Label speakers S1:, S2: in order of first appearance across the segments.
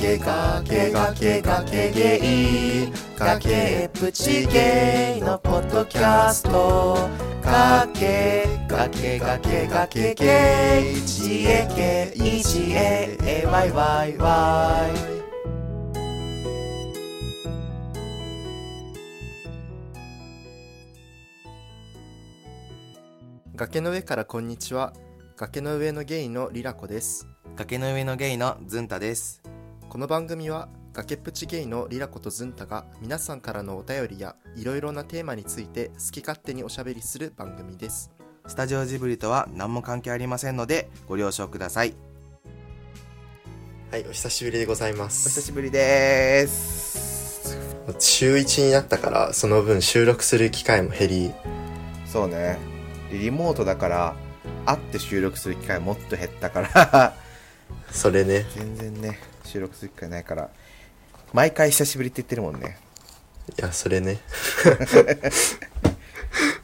S1: ゲガゲガゲガゲゲイ崖っぷちゲイのポッドキャスト崖崖崖崖ゲイ GAKEGAAYYY 崖の上からこんにちは崖の上のゲイのリラコです
S2: 崖の上のゲイのズンタです。
S1: この番組は崖っぷちゲイのリラコとズンタが皆さんからのお便りやいろいろなテーマについて好き勝手におしゃべりする番組です
S2: スタジオジブリとは何も関係ありませんのでご了承ください。
S1: はいお久しぶりでございま
S2: お久
S1: す
S2: しぶりです。
S1: 週1になったからその分収録する機会も減り
S2: そうね。リモートだから会って収録する機会もっと減ったから
S1: それね
S2: 全然ね収録する機会ないから毎回久しぶりって言ってるもんね。
S1: いやそれ ね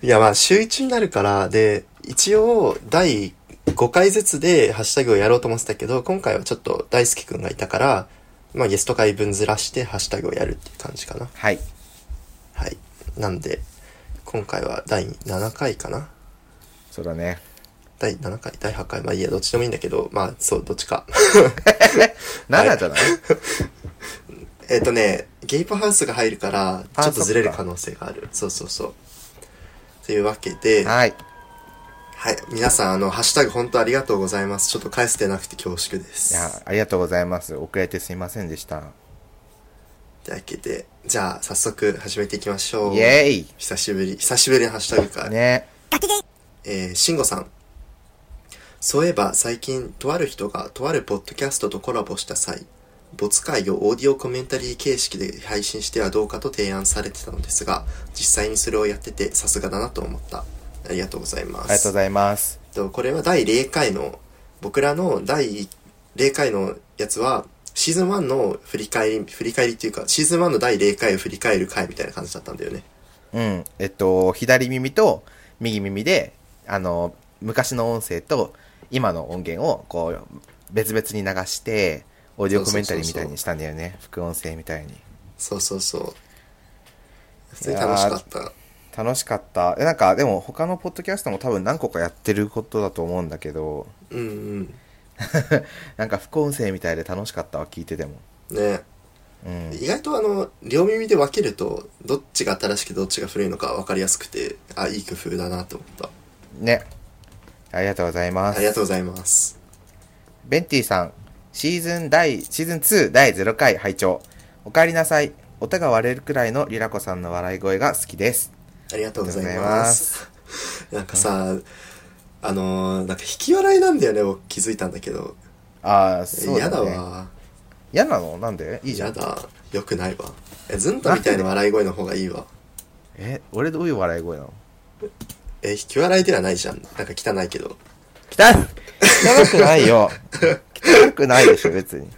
S1: いやまあ週1になるからで一応第5回ずつでハッシュタグをやろうと思ってたけど今回はちょっと大好きくんがいたからまあゲスト回分ずらしてハッシュタグをやるっていう感じかな
S2: はい。
S1: はい。なんで、今回は第7回かな
S2: そうだね。
S1: 第7回、第8回、まあいいや、どっちでもいいんだけど、まあそう、どっちか。
S2: 7じゃない、
S1: えっとね、ゲイパハウスが入るから、
S2: あ
S1: ちょっとずれる
S2: そっか
S1: 可能性がある。そうそうそう。というわけで、はい。
S2: はい。
S1: 皆さん、あの、ハッシュタグ本当ありがとうございます。ちょっと返せてなくて恐縮で
S2: い
S1: す。
S2: や、ありがとうございます。遅れてすいませんでした。
S1: というわけで、じゃあ、早速始めていきましょう。
S2: イエーイ
S1: 久しぶり、久しぶりのハッシュタグ会。
S2: ね。
S1: えー、慎吾さん。そういえば最近、とある人がとあるポッドキャストとコラボした際、没会をオーディオコメンタリー形式で配信してはどうかと提案されてたのですが、実際にそれをやっててさすがだなと思った。ありがとうございます。
S2: ありがとうございます。
S1: とこれは第0回の僕らの第0回のやつはシーズン1の振り返り振り返りっていうかシーズン1の第0回を振り返る回みたいな感じだったんだよね
S2: うん。えっと、左耳と右耳で、あの、昔の音声と今の音源を、こう、別々に流して、オーディオコメンタリーみたいにしたんだよね。副音声みたいに。
S1: そうそうそう普通に楽しかった
S2: 楽しかった。えなんか、でも他のポッドキャストも多分何個かやってることだと思うんだけど、
S1: うんうん
S2: なんか副音声みたいで楽しかったわ、聞いてても。
S1: ね
S2: うん。
S1: 意外とあの両耳で分けるとどっちが新しくてどっちが古いのか分かりやすくてあいい工夫だなと思った
S2: ね。ありがとうございま
S1: あ
S2: す
S1: り。がとうございます
S2: ベンティさん、シーズン第、シーズン2第0回拝聴お帰りなさい。音が割れるくらいのリラコさんの笑い声が好きです。
S1: ありがとうござい
S2: ありがとうござい
S1: ま
S2: ます
S1: なんかさ、あのーなんか引き笑いなんだよね僕気づいたんだけど
S2: ああ、そう
S1: 嫌
S2: だ、ね。
S1: だ。わ
S2: 嫌なのなんでいいじゃ
S1: 嫌
S2: ん。
S1: だよくないわえずんたみたいな笑い声の方がいいわ
S2: え、俺どういう笑い声なの
S1: え引き笑いではないじゃんなんか汚いけど
S2: 汚い汚くないよ。汚くないでしょ、別に。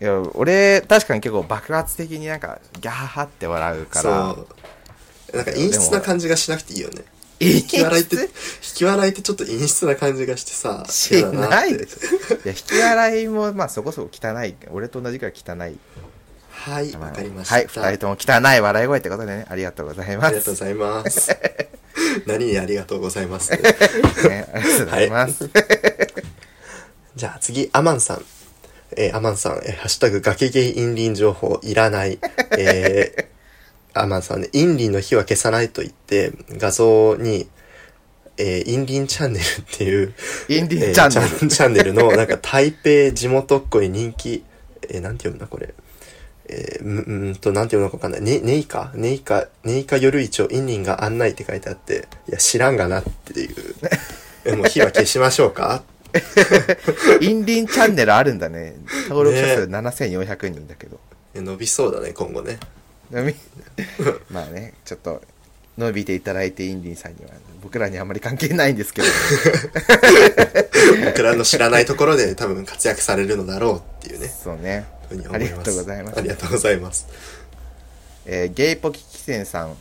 S2: いや、俺、確かに結構爆発的になんか、ギャハハって笑うから。
S1: そうなんか陰湿な感じがしなくていいよね
S2: 引
S1: 引き笑いって引き笑いってちょっと陰湿な感じがしてさ
S2: し
S1: 嫌だな
S2: な
S1: っ
S2: い
S1: て
S2: でしょ。いや、引き笑いも、まあそこそこ汚い。俺と同じくらい汚い。
S1: はいわかりました
S2: はい、二人とも汚い笑い声ってことでね、ありがとうござい
S1: あ
S2: ま
S1: りがとうご
S2: す。
S1: ざいます 何にありがとうございますって
S2: ねありがとうございます。
S1: じゃあ次、アマンさん。えーアマンさん、えーハッシュタグ、崖ゲインリン情報いらない。え ーアマンさんね、インリンの火は消さないと言って、画像に、えーインリンチャンネルっていう、
S2: インディーンチャンネ
S1: えーチャンチャンネルの、なんか台北地元っ子に人気、えーなんて読むんだこれ。えー、むうーんと、なんて読むのかわかんない。ね、ネイカネイカネイカ夜市をインリンが案内って書いてあって、いや、知らんがなって いう。えもう火は消しましょうか
S2: ル。インディーンチャンネルあるんだね。登録者数7400人だけど。
S1: え伸びそうだね今後ね
S2: でもみまあね、ちょっと、伸びていただいてインディーンさんには、僕らにあんまり関係ないんです けど、
S1: 僕らの知らないところで多分活躍されるのだろうっていうね
S2: そうね。
S1: ふうに思
S2: あ
S1: いま
S2: り
S1: す
S2: がとうございま
S1: あり
S2: す。
S1: がとうございます
S2: えーゲイポキキセンさん。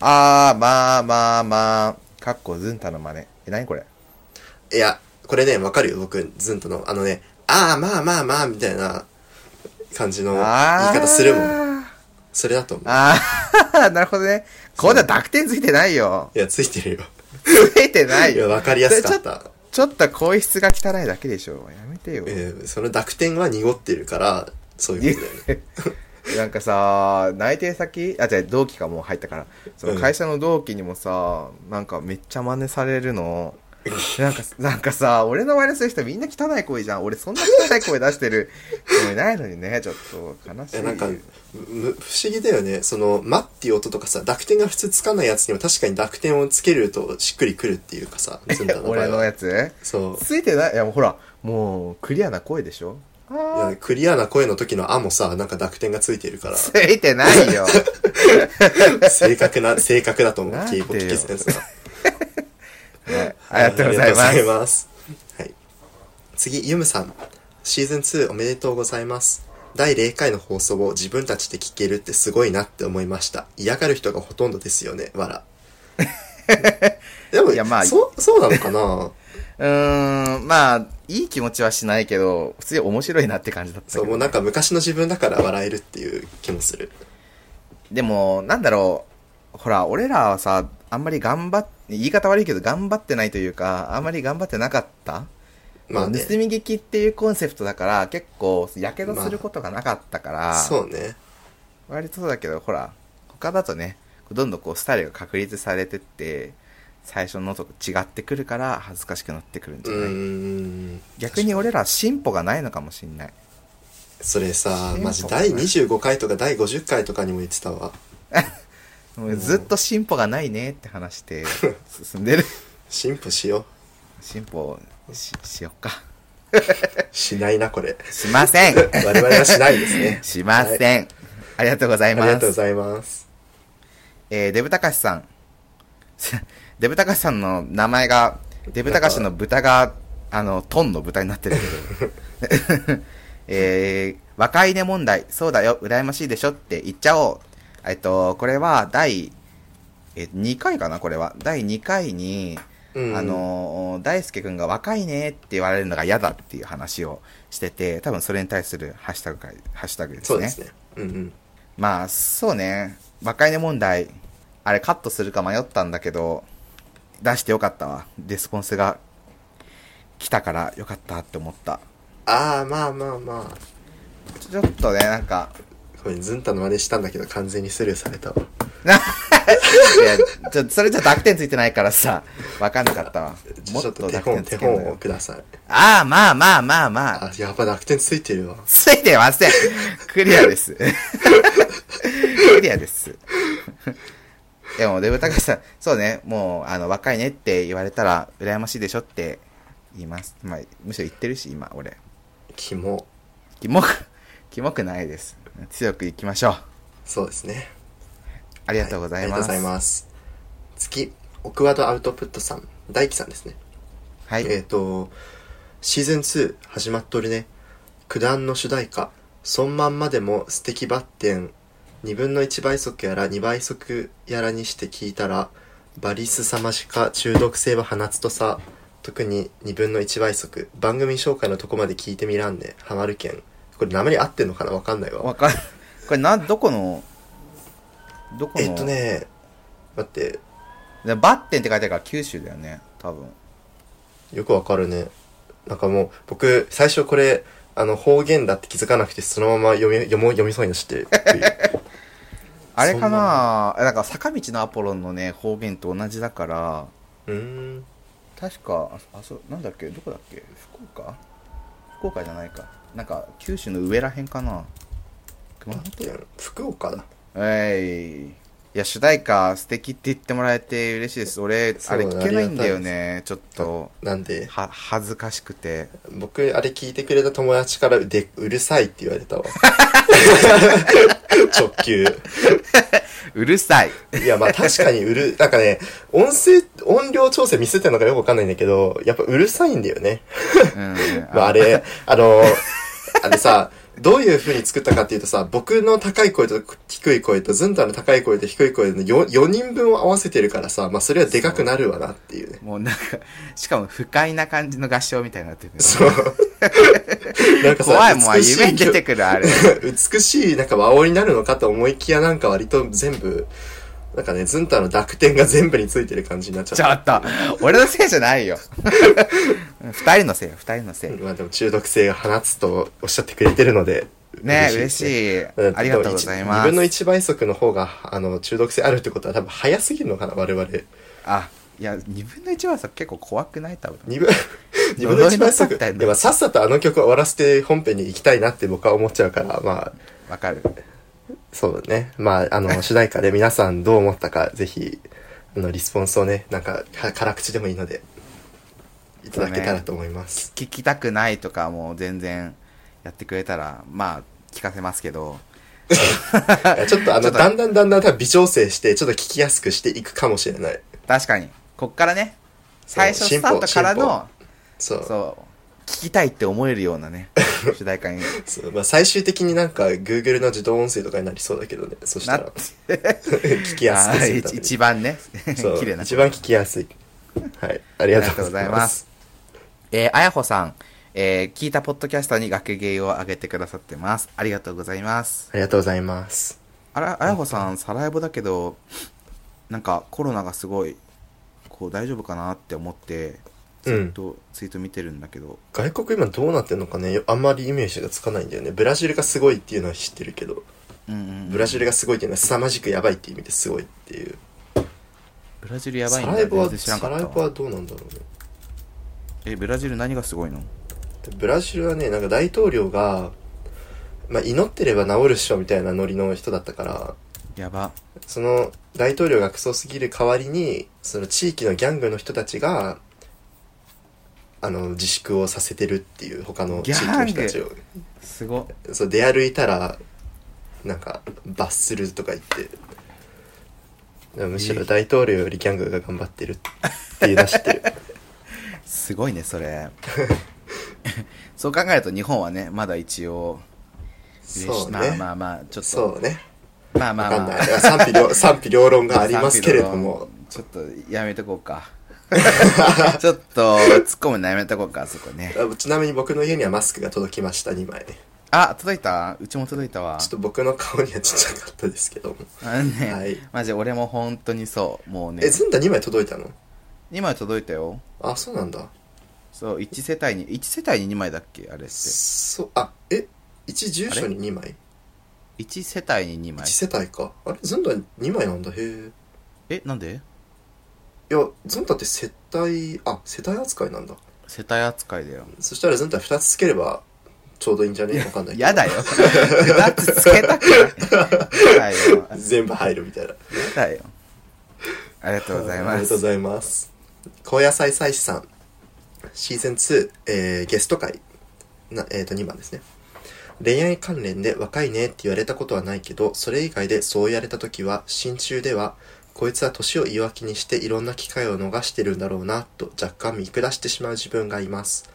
S2: あー、まあまあまあ、かっこずんたの真似。え、何これ
S1: いやこれねわかるよ僕ずんとのあのねああまあまあまあみたいな感じの言い
S2: あー
S1: 方するもん。それだと思う。
S2: ああ、 なるほどね。こんな濁点ついてないよ。
S1: いや、ついてるよ。
S2: ついてない
S1: いや、
S2: よ。
S1: わかりやすかった。
S2: ちょっと声質が汚いだけでしょ。やめてよ。
S1: えーその濁点は濁ってるから、そういうことだよね。
S2: なんかさ、内定先あ、じゃあ同期がもう入ったから、その会社の同期にもさ、なんかめっちゃ真似される の。なんか、なんかさ、俺の真似する人みんな汚い声じゃん。俺そんな汚い声出してる人いないのにね、ちょっと悲し
S1: え
S2: い。
S1: なんか、む不思議だよね。その、まっていう音とかさ、濁点が普通つかないやつにも確かに濁点をつけるとしっくりくるっていうかさ、ずんだの場
S2: 俺
S1: 合
S2: のや
S1: は。
S2: つ
S1: そう。
S2: ついてないいやもうほら、もうクリアな声でしょ
S1: いやクリアな声の時の「あ」もさ、なんか濁点がついてるか
S2: ついてない よ。
S1: ら、正確な、正確だと思う
S2: な。んて
S1: 敬
S2: よ
S1: 語聞き先生は。
S2: ねありがとうございま
S1: ありがとうご
S2: す。
S1: ざいます。はい。次、ゆむさん。シーズン2おめでとうございます。第0回の放送を自分たちで聞けるってすごいなって思いました。嫌がる人がほとんどですよね、わ ら。でも、
S2: いやまあ
S1: そう、そうなの かな
S2: うーん、まあ、いい気持ちはしないけど、普通に面白いなって感じだったけど
S1: そう、もうなんか昔の自分だから笑えるっていう気もする。
S2: でも、なんだろう、ほら、俺らはさ、あんまり頑張っ、言い方悪いけど、頑張ってないというか、あんまり頑張ってなかった、
S1: まあね。
S2: 盗み聞きっていうコンセプトだから、結構、やけどすることがなかったから、
S1: そうね。
S2: 割とそうだけど、ほら、他だとね、どんどんこう、スタイルが確立されてって、最初のと違ってくるから、恥ずかしくなってくるん
S1: う
S2: じゃない、
S1: ーん。
S2: 逆に俺ら、進歩がないのかもしんない。
S1: それさ、マジ
S2: 進歩
S1: 第25回とか第50回とかにも言ってたわ。
S2: もうずっと進歩がないねって話して 進んでる
S1: 進歩しよ
S2: 進歩ししよっか
S1: う。しないな、これ。
S2: し ません
S1: 我々はしないですね。
S2: しません、ありがとうござい
S1: あり
S2: ま
S1: がとうご
S2: す
S1: ざいます。
S2: えーデブたかしさん デブたかしさんの名前がデブたかしの豚があのトンの豚になってるけど えー、若いね問題そうだよ羨ましいでしょって言っちゃおうえっとこれは第、え2回かなこれは第2回に
S1: うん
S2: あ、のー大輔君が若いねって言われるのが嫌だっていう話をしてて、多分それに対するハッシュタグかハッシュタグです
S1: そ
S2: ね。
S1: うですね。うんうん。
S2: まあ、そうね。若いね問題、あれカットするか迷ったんだけど、出してよかったわ。レスポンスが来たからよかったって思った。
S1: ああ、まあまあまあ。
S2: ちょちょっとね、なんか、
S1: これ、ズンタの真似したんだけど、完全にスルーされたわ。
S2: いやちょそれじゃ濁点ついてないからさ、わかんなかったわ。もっ
S1: ちょっ
S2: と
S1: と手
S2: 濁
S1: 本、
S2: 点
S1: 手
S2: つけるの
S1: 本を
S2: よ。
S1: ください。
S2: ああ、まあまあまあまあ。
S1: あ、やっぱ濁点ついてるわ。
S2: ついてません。クリアです。クリアです。でも、デブ高橋さん、そうね、もう、あの、若いねって言われたら、羨ましいでしょって言います。まあ、むしろ言ってるし、今、俺。
S1: キモ。
S2: キモく、キモくないです。強く行きましょう。
S1: そうですね。
S2: ありがとうございます。
S1: ありがとうございます。次、オクワードアウトプットさん。大輝さんですね。
S2: はい。
S1: えっ、と、シーズン2始まっとるね。九段の主題歌、そんまんまでも素敵バッテン、2分の1倍速やら2倍速やらにして聞いたら、バリスさましか中毒性は放つとさ、特に2分の1倍速、番組紹介のとこまで聞いてみらんね、ハマるけん。これ、なまり合ってんのかなわかんないわ。
S2: わかん、これ、なん、どこの、どこの、
S1: えっとね、待って、
S2: でバッテンって書いてあるから九州だよね、多分。
S1: よくわかるね。なんかもう、僕、最初これ、あの、方言だって気づかなくて、そのまま読み、読もう読みそう になっちゃってる。
S2: あれ
S1: そ
S2: か
S1: んな
S2: ななんか坂道のアポロンのね、方言と同じだから、
S1: うーん。
S2: 確か、あ、あそう、なんだっけどこだっけ福岡福岡じゃないか。なんか、九州の上らへんかな熊本
S1: 福岡だ。
S2: えい。いや、主題歌、素敵って言ってもらえて嬉しいです。俺、
S1: そ
S2: あ
S1: う
S2: れ聞けないんだよね。ちょっと、
S1: なんで、
S2: は、恥ずかしくて。
S1: 僕、あれ聞いてくれた友達から、で、うるさいって言われたわ。 直球。
S2: うる さい。
S1: いや、まあ確かにうる、なんかね、音声、音量調整ミスってんのかよくわかんないんだけど、やっぱうるさいんだよね。
S2: うん。
S1: まああ れ、あの、あれさ、どういう風に作ったかっていうとさ、僕の高い声と低い声と、ズンタの高い声と低い声の 4, 4人分を合わせてるからさ、まあそれはでかくなるわなっていうね。
S2: もうなんか、しかも不快な感じの合唱みたいになってる。
S1: そう。なんかさ
S2: 怖いもん、
S1: 美し
S2: 夢に出てくる、あれ。
S1: 美しいなんか和音になるのかと思いきやなんか割と全部なんかねズンタの濁点が全部についてる感じになっちゃ
S2: ち
S1: っ
S2: ょっと、俺のせいじゃない よ。二人のせいよ、二人のせ
S1: た
S2: い。
S1: まあでも中毒性が放つとおっしゃってくれてるので
S2: ね
S1: で
S2: 嬉
S1: す
S2: しい。ありがとうござい
S1: 2
S2: ま
S1: 分の1
S2: す。
S1: 倍速の方があの中毒性あるってことは多分早すぎるのかな我々
S2: あ、いや、二分の一はさ、結構怖くない多分。
S1: 2分 二分の1倍速
S2: 呪いのパッタンだ
S1: でもさっさとあの曲を終わらせて本編に行きたいなって僕は思っちゃうからまあ
S2: わかる。
S1: そうだね。まあ、あ の、主題歌で皆さんどう思ったか、ぜひ、あの、リスポンスをね、なんか、か辛口でもいいので、いただけたらと思います。
S2: 聞きたくないとかもう全然やってくれたら、まあ、聞かせますけど。
S1: いやちょっと、あ
S2: ち
S1: の、
S2: ょっと
S1: だんだんだんだん多分微調整して、ちょっと聞きやすくしていくかもしれない。
S2: 確かに、こっからね、
S1: そう
S2: 最初スタートからの、
S1: そう。そう
S2: そう、聞きたいって思えるような ね、主題歌に
S1: まあ、最終的になんか、Google の自動音声とかになりそうだけどね。そした
S2: な
S1: ら
S2: っ、
S1: 聞きやすくするた
S2: あ
S1: めに。
S2: 一番ね、
S1: そう
S2: 綺麗な。
S1: 一番聞きやすい。はい。ありがとうございます。
S2: えー、あやほさん、えー聞いたポッドキャストに学芸をあげてくださってます。ありがとうございます。
S1: ありがとうございます。
S2: あら、あやほさん、サラエボだけど、なんかコロナがすごい、こう大丈夫かなって思って、ずっとツイート見てるんだけど、
S1: 外国今どうなってんのかねよあんまりイメージがつかないんだよねブラジルがすごいっていうのは知ってるけど
S2: うんうんうん
S1: ブラジルがすごいっていうのは凄まじくやばいっていう意味ですごいっていう
S2: ブラジルやばい
S1: サ
S2: んだ
S1: ラエボ
S2: 全
S1: は
S2: 然知らん
S1: サ
S2: か
S1: ラ
S2: っ
S1: エ
S2: た
S1: ボ
S2: わ
S1: はどうなんだろうね
S2: えブラジル何がすごいの
S1: でブラジルはねなんか大統領が、まあ、祈ってれば治るっしょみたいなノリの人だったから
S2: やば
S1: その大統領がクソすぎる代わりにその地域のギャングの人たちがあの自粛をさせてるっていう他の地域の人たちを
S2: すご
S1: そう出歩いたらなんか罰するとか言ってでもむしろ大統領よりギャングが頑張ってるっていうのは知 ってる
S2: すごいねそれ そう考えると日本はねまだ一応
S1: そう
S2: まあ
S1: ね、
S2: まあまあちょっと
S1: そうね
S2: まあま
S1: わ
S2: あ
S1: かん
S2: ま
S1: ない
S2: あ
S1: 賛否 両賛否両論がありますけれども
S2: ちょっとやめとこうか ちょっと突っ込むのやめとこうかそこね
S1: あちなみに僕の家にはマスクが届きました2枚ちょ
S2: あ届いたうちも届いたわ
S1: っと僕の顔にはちっちゃかったですけども
S2: あのね、
S1: はい
S2: マジ俺も本当にそうもうね
S1: えずんだ2枚届いたの
S2: 今届いたよ
S1: あそうなんだ
S2: そう1世帯に1世帯に2枚だっけあれって
S1: そうあえ一住所に2枚
S2: 1世帯に2枚
S1: 1世帯かあれずんだ2枚なんだへえ
S2: えなんで
S1: いや、ズンタって世帯、あ、世帯扱いなんだ。
S2: 世帯扱いだよ
S1: そしたらズンタ2つつければちょうどいいんじゃねえわかんないけど。
S2: やだよだってつけたくないやだよ
S1: 全部入るみたいな。
S2: やだよありがとうござい
S1: あ
S2: ま
S1: りが
S2: す
S1: とうございます。高野菜祭司さん、シーズン2、えー、ゲスト会、なえっ、と、2番ですね。恋愛関連で若いねって言われたことはないけど、それ以外でそう言われた時は、心中では、こいつは年を言い訳にしていろんな機会を逃してるんだろうな、と若干見下してしまう自分がいます。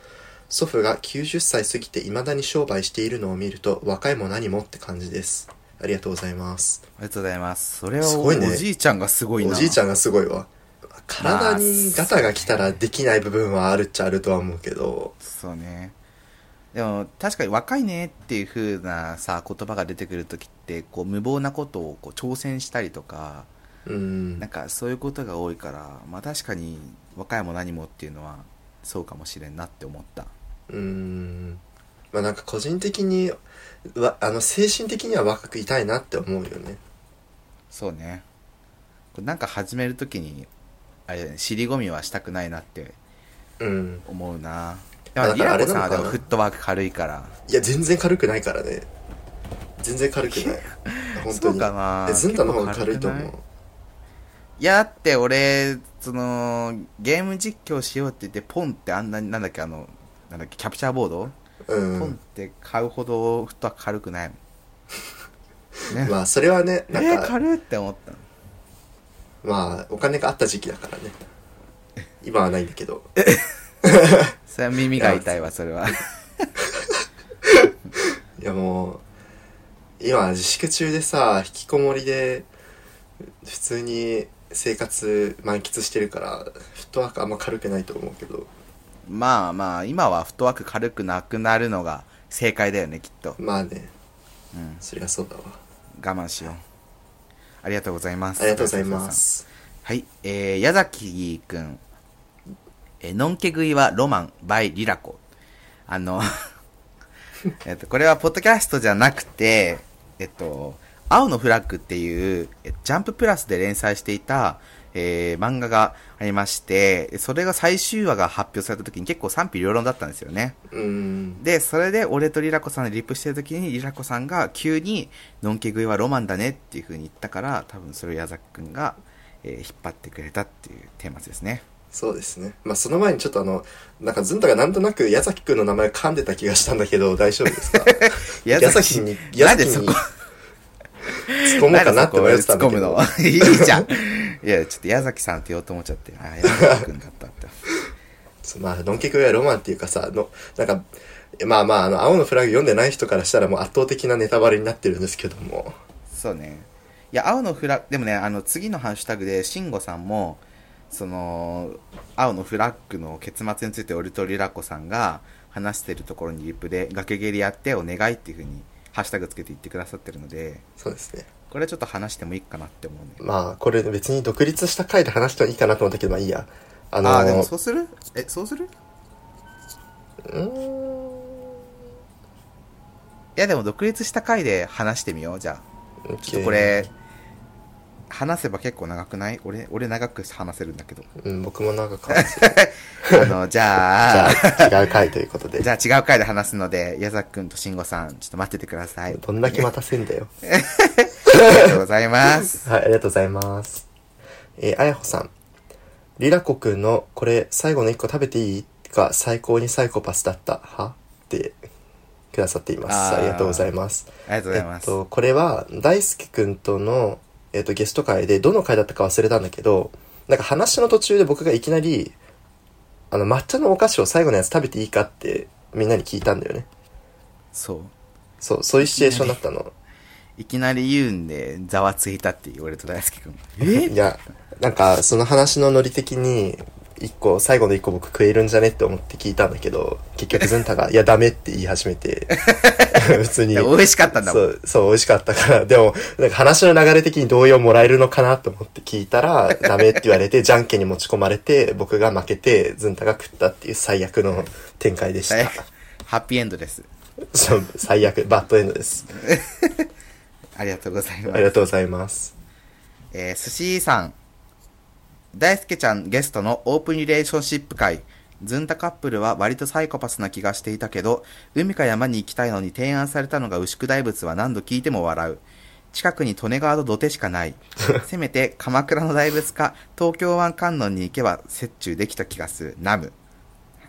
S1: 祖父が90歳過ぎて未だに商売しているのを見ると、若いも何もって感じです。ありがとうございます。
S2: ありがとうございますそれは
S1: す
S2: お
S1: ごいね
S2: じいちゃんがすごいな
S1: おじいち
S2: ゃん
S1: ゃんがすごいわ体にガタが来たらできない部分はあるっちゃあるとは思うけど
S2: そうねでも確かに若いねっていう風なさ言葉が出てくる時ってこう無謀なことをこう挑戦したりとか
S1: うん
S2: なんかそういうことが多いからまあ確かに若いも何もっていうのはそうかもしれんなって思った
S1: うんまあなんか個人的にわあの精神的には若くいたいなって思うよね
S2: そうねこれなんか始めるときにあれだよね尻込みはしたくないなって
S1: うん
S2: 思うなで
S1: あ
S2: も
S1: だ
S2: リ
S1: から
S2: ラ
S1: あれ
S2: コ
S1: なの
S2: さん
S1: かな
S2: はでもフットワーク軽いから
S1: いや全然軽くないからね全然軽くない本当
S2: そう
S1: に
S2: かな
S1: えずんたの方が
S2: 結構
S1: 軽いと思
S2: くないういやだって俺そのゲーム実況しようって言ってポンってあんなになんだっけあのなんだっけキャプチャーボード、
S1: うん
S2: ポンって買うほどフットワーク軽くないもんね、
S1: まあそれはねなん
S2: えー、
S1: か、
S2: 軽いって思ったの
S1: まあお金があった時期だから ね今はないんだけど
S2: それは耳が痛いわそれは
S1: いやもう今自粛中でさ引きこもりで普通に生活満喫してるからフットワークあんま軽くないと思うけど
S2: まあまあ今はフットワーク軽くなくなるのが正解だよねきっと、
S1: まあね
S2: うん、
S1: そりゃそうだわ
S2: 我慢しようありがとうございます
S1: ありがとうございます
S2: はいえー、矢崎くん、えーのんけ食いはロマン by リラコあの えっとこれはポッドキャストじゃなくてえっと「青のフラッグ」っていうえージャンププラスで連載していた、えー漫画がありましてそれが最終話が発表された時に結構賛否両論だったんですよね
S1: うん
S2: で、それで俺とリラコさんでリップしてる時に、リラコさんが急に、のんけ食いはロマンだねっていう風に言ったから、多分それを矢崎くんが、えー引っ張ってくれたっていうテーマですね。
S1: そうですねまあその前にちょっとあのなんかずんたがなんとなく矢崎くんの名前を噛んでた気がしたんだけど大丈夫ですか
S2: 矢
S1: 崎に矢崎に
S2: なんでそこ
S1: 突っ込もうかなって迷ってたんだけ
S2: なん
S1: ど
S2: でそこ俺突っ込むの いいじゃん。いや、ちょっと矢崎さんって言おうと思っちゃって、あー、矢崎くんだったって。
S1: まあ、のんけくらいロマンっていうかさ、の、なんか、まあまあ、あの、青のフラグ読んでない人からしたらもう圧倒的なネタバレになってるんですけども。
S2: そうね。いや、青のフラッグ、でもね、あの、次のハッシュタグで、慎吾さんも、その、青のフラッグの結末について、俺とリラコさんが話してるところにリップで、崖蹴りやってお願いっていうふうに、ハッシュタグつけて言ってくださってるので、
S1: そうですね。
S2: これはちょっと話してもいいかなって思うね。
S1: まあ、これ別に独立した回で話してもいいかなと思ったけど、まあいいや。あのー
S2: ああー、でもそうするえ、そうする
S1: うーん
S2: いや、でも独立した回で話してみよう、じゃあ。ちょっとこれ、話せば結構長くない俺、俺長く話せるんだけ ど。
S1: うん、僕もなんか感じる
S2: あの、じ
S1: じ
S2: ゃ
S1: ゃ
S2: あ、
S1: あ、違う回ということで。
S2: じゃ あ違う回で話すので、矢崎くんと慎吾さん、ちょっと待っててくだ さい。
S1: どんだけ待たせんだよ。
S2: ありがとうござい ます。
S1: はい、ありがとうございます。えー、あやほさん。りらこくんの、これ、最後の一個食べていいが最高にサイコパスだった。はって、くださっています。
S2: あー
S1: ありがとうございます。
S2: ありがとうございま
S1: えっ
S2: す。
S1: と、これは、大輔くんとの、えっと、ゲスト会で、どの会だったか忘れたんだけど、なんか話の途中で僕がいきなり、あの、抹茶のお菓子を最後のやつ食べていいかって、みんなに聞いたんだよね。
S2: そう。
S1: そう、そういうシチュエーションだったの。
S2: いきなり言うんで、ざわついたって言われた大輔くん。
S1: いや、なんか、その話のノリ的に、一個、最後の一個僕食えるんじゃねって思って聞いたんだけど、結局ズンタが、いや、ダメって言い始め て、普通
S2: い
S1: に。
S2: や美味しかったんだも
S1: そ
S2: ん。
S1: う、そう、美味しかったから。でも、なんか話の流れ的に同意をもらえるのかなと思って聞いたら、ダメって言われて、じゃんけんに持ち込まれて、僕が負けて、ズンタが食ったっていう最悪の展開でし
S2: 大
S1: た
S2: 学。 ハッピーエンドです。
S1: そう最悪、バッドエンドです。
S2: ありがとうございま
S1: あり
S2: す。
S1: がとうございます。
S2: えー、寿司さん。大輔ちゃんゲストのオープンリレーションシップ会。ずんたカップルは割とサイコパスな気がしていたけど、海か山に行きたいのに提案されたのが牛久大仏は何度聞いても笑う。近くに利根川と土手しかない。せめて鎌倉の大仏か東京湾観音に行けば折衷できた気がする。ナム。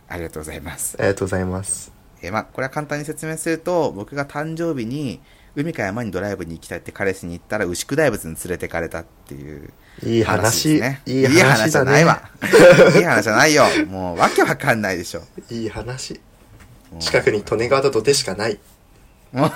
S2: ありがとうございます。
S1: ありがとうございます。
S2: えーまあ、これは簡単に説明すると、僕が誕生日に海か山にドライブに行きたいって彼氏に言ったら牛久大仏に連れてかれたっていう。
S1: いい話。
S2: い
S1: い
S2: い
S1: い
S2: 話
S1: 話
S2: じゃ
S1: だ
S2: ない
S1: ね。
S2: わ。いい話じゃないよ。もう、わけわかんないでしょ。
S1: いい話。
S2: もう
S1: 近くに利根川と土手しかない。
S2: もう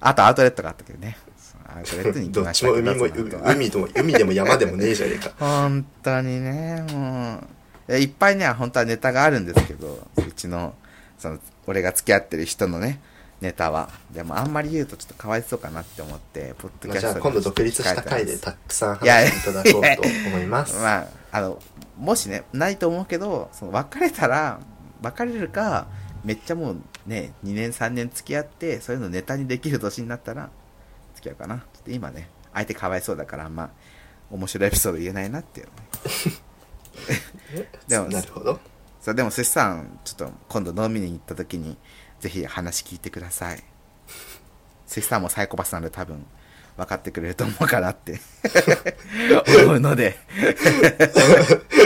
S2: あとアウトレットがあったけどね。そのアウトレットに行き
S1: どっ
S2: まし
S1: ち
S2: た
S1: も
S2: け
S1: 海も、
S2: その後は
S1: 海でも、海でも山でもねえじゃねえ か。
S2: 本当にね、もう。いっぱいね、本当はネタがあるんですけど、うちの、その、俺が付き合ってる人のね、ネタは。でも、あんまり言うとちょっとかわいそうかなって思って、ポッド
S1: ま
S2: キ
S1: あ
S2: ャ
S1: じゃあ
S2: ストで
S1: 今度独立した回で
S2: 控えてます
S1: たくさん話していただこうと思い ます。
S2: まあ、あの、もしね、ないと思うけど、その別れたら、別れるか、めっちゃもうね、2年3年付き合って、そういうのネタにできる年になったら、付き合うかな。ちょっと今ね、相手かわいそうだから、あんま、面白いエピソード言えないなっていう、ね。で も
S1: なるほど。
S2: そう、でも、寿司さん、ちょっと今度飲みに行った時に、ぜひ話聞いてください。寿司さんもサイコパスなので多分、分かってくれると思うかなって 思うので。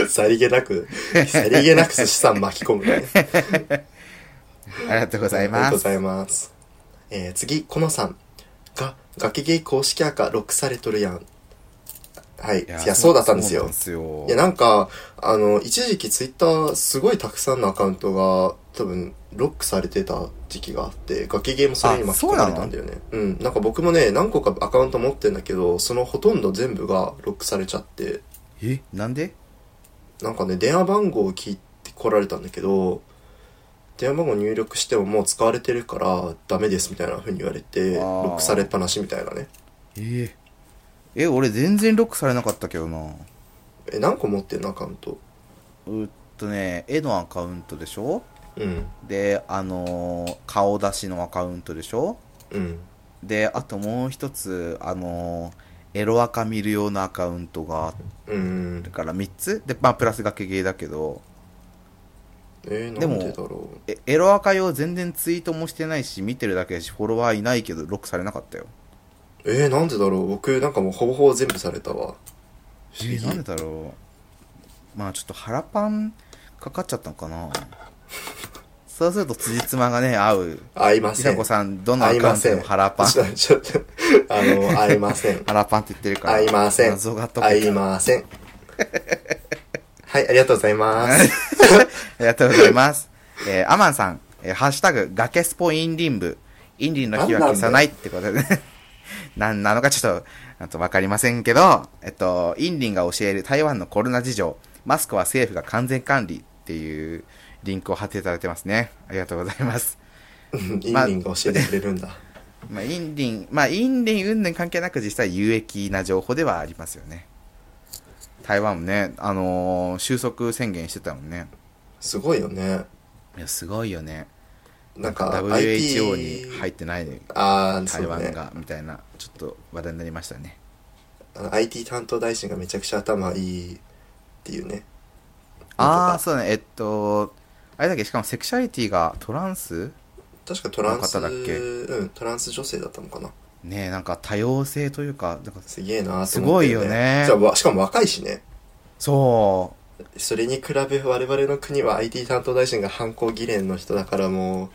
S1: さりげな く、さりげなく寿司さん巻き込むね。
S2: ありがとうござい
S1: ありが
S2: ま
S1: とう
S2: す
S1: ご。ざいます。えー、次、このさん。が、崖ゲイ公式アカロックされとるやん。はい。いや、そうだったんですよ。いや、なんか、あの、一時期ツイッターすごいたくさんのアカウントが、多分、ロックされてた時期があって、崖ゲームそれに巻き込まれたんだよね。うん。なんか僕もね、何個かアカウント持ってんだけど、そのほとんど全部がロックされちゃって、
S2: えなんで
S1: なんかね、電話番号を聞いて来られたんだけど、電話番号入力してももう使われてるからダメですみたいな風に言われて
S2: あー
S1: ロックされっぱなしみたいなね
S2: えええ俺全然ロックされなかったけどな
S1: え何個持ってんのアカウント
S2: うっとね絵のアカウントでしょ
S1: うん
S2: であのー顔出しのアカウントでしょ
S1: うん
S2: であともう一つあのーエロアカ見る用のアカウントがあっ
S1: うん
S2: てから3つでまあプラスがけゲーだけど
S1: えー、
S2: で
S1: な
S2: も
S1: んでだろ
S2: えエロアカ用全然ツイートもしてないし見てるだけだしフォロワーいないけどロックされなかったよ
S1: うえー、なんでだろう僕なんかもうほぼほぼ全部されたわ
S2: えーなんでだろうまあちょっと腹パンかかっちゃったのかなそうすると辻褄がね合う
S1: 合いま
S2: り
S1: せ
S2: さ
S1: ん
S2: こさんどのアカウントでも腹パン
S1: ちょっと ちょっとあの合いま せん
S2: 腹パンって言ってるから
S1: 合いません
S2: 謎が解
S1: 合
S2: けた
S1: いませんはいありがとうございます
S2: ありがとうございます。 えーアマンさん、えーハッシュタグ、崖スポインリン部。インリンの日は消さないってことで ね。なんなのかちょっと、あとわかりませんけど、えっと、インリンが教える台湾のコロナ事情、マスクは政府が完全管理っていうリンクを貼っていただいてますね。ありがとうございます。
S1: うんイン
S2: まあ
S1: リンが教えてくれるんだ、
S2: まあ、インリン、まあ、インリン云々関係なく実際有益な情報ではありますよね。台湾もね、あのー収束宣言してたもんね。
S1: すごいよね
S2: いや、すごいよね。
S1: な
S2: なんん
S1: か
S2: か
S1: IT
S2: WHO に入ってない
S1: ああそ
S2: 台
S1: う
S2: 湾
S1: ね
S2: がみたいなちょっと話題になりましたね
S1: あの IT 担当大臣がめちゃくちゃ頭いいっていうね
S2: ああ
S1: なんとか
S2: そうねえっとあれだっけしかもセクシャリティがトランス
S1: 確かトランス
S2: の方だっけ
S1: うんトランス女性だったのかな
S2: ねえなんか多様性というかなんか
S1: すげえなーと
S2: す
S1: 思っ
S2: ご
S1: て
S2: いよね
S1: じゃあわしかも若いしね
S2: そ
S1: それに比べ我々の国は IT 担当大臣が犯行議連の人だからも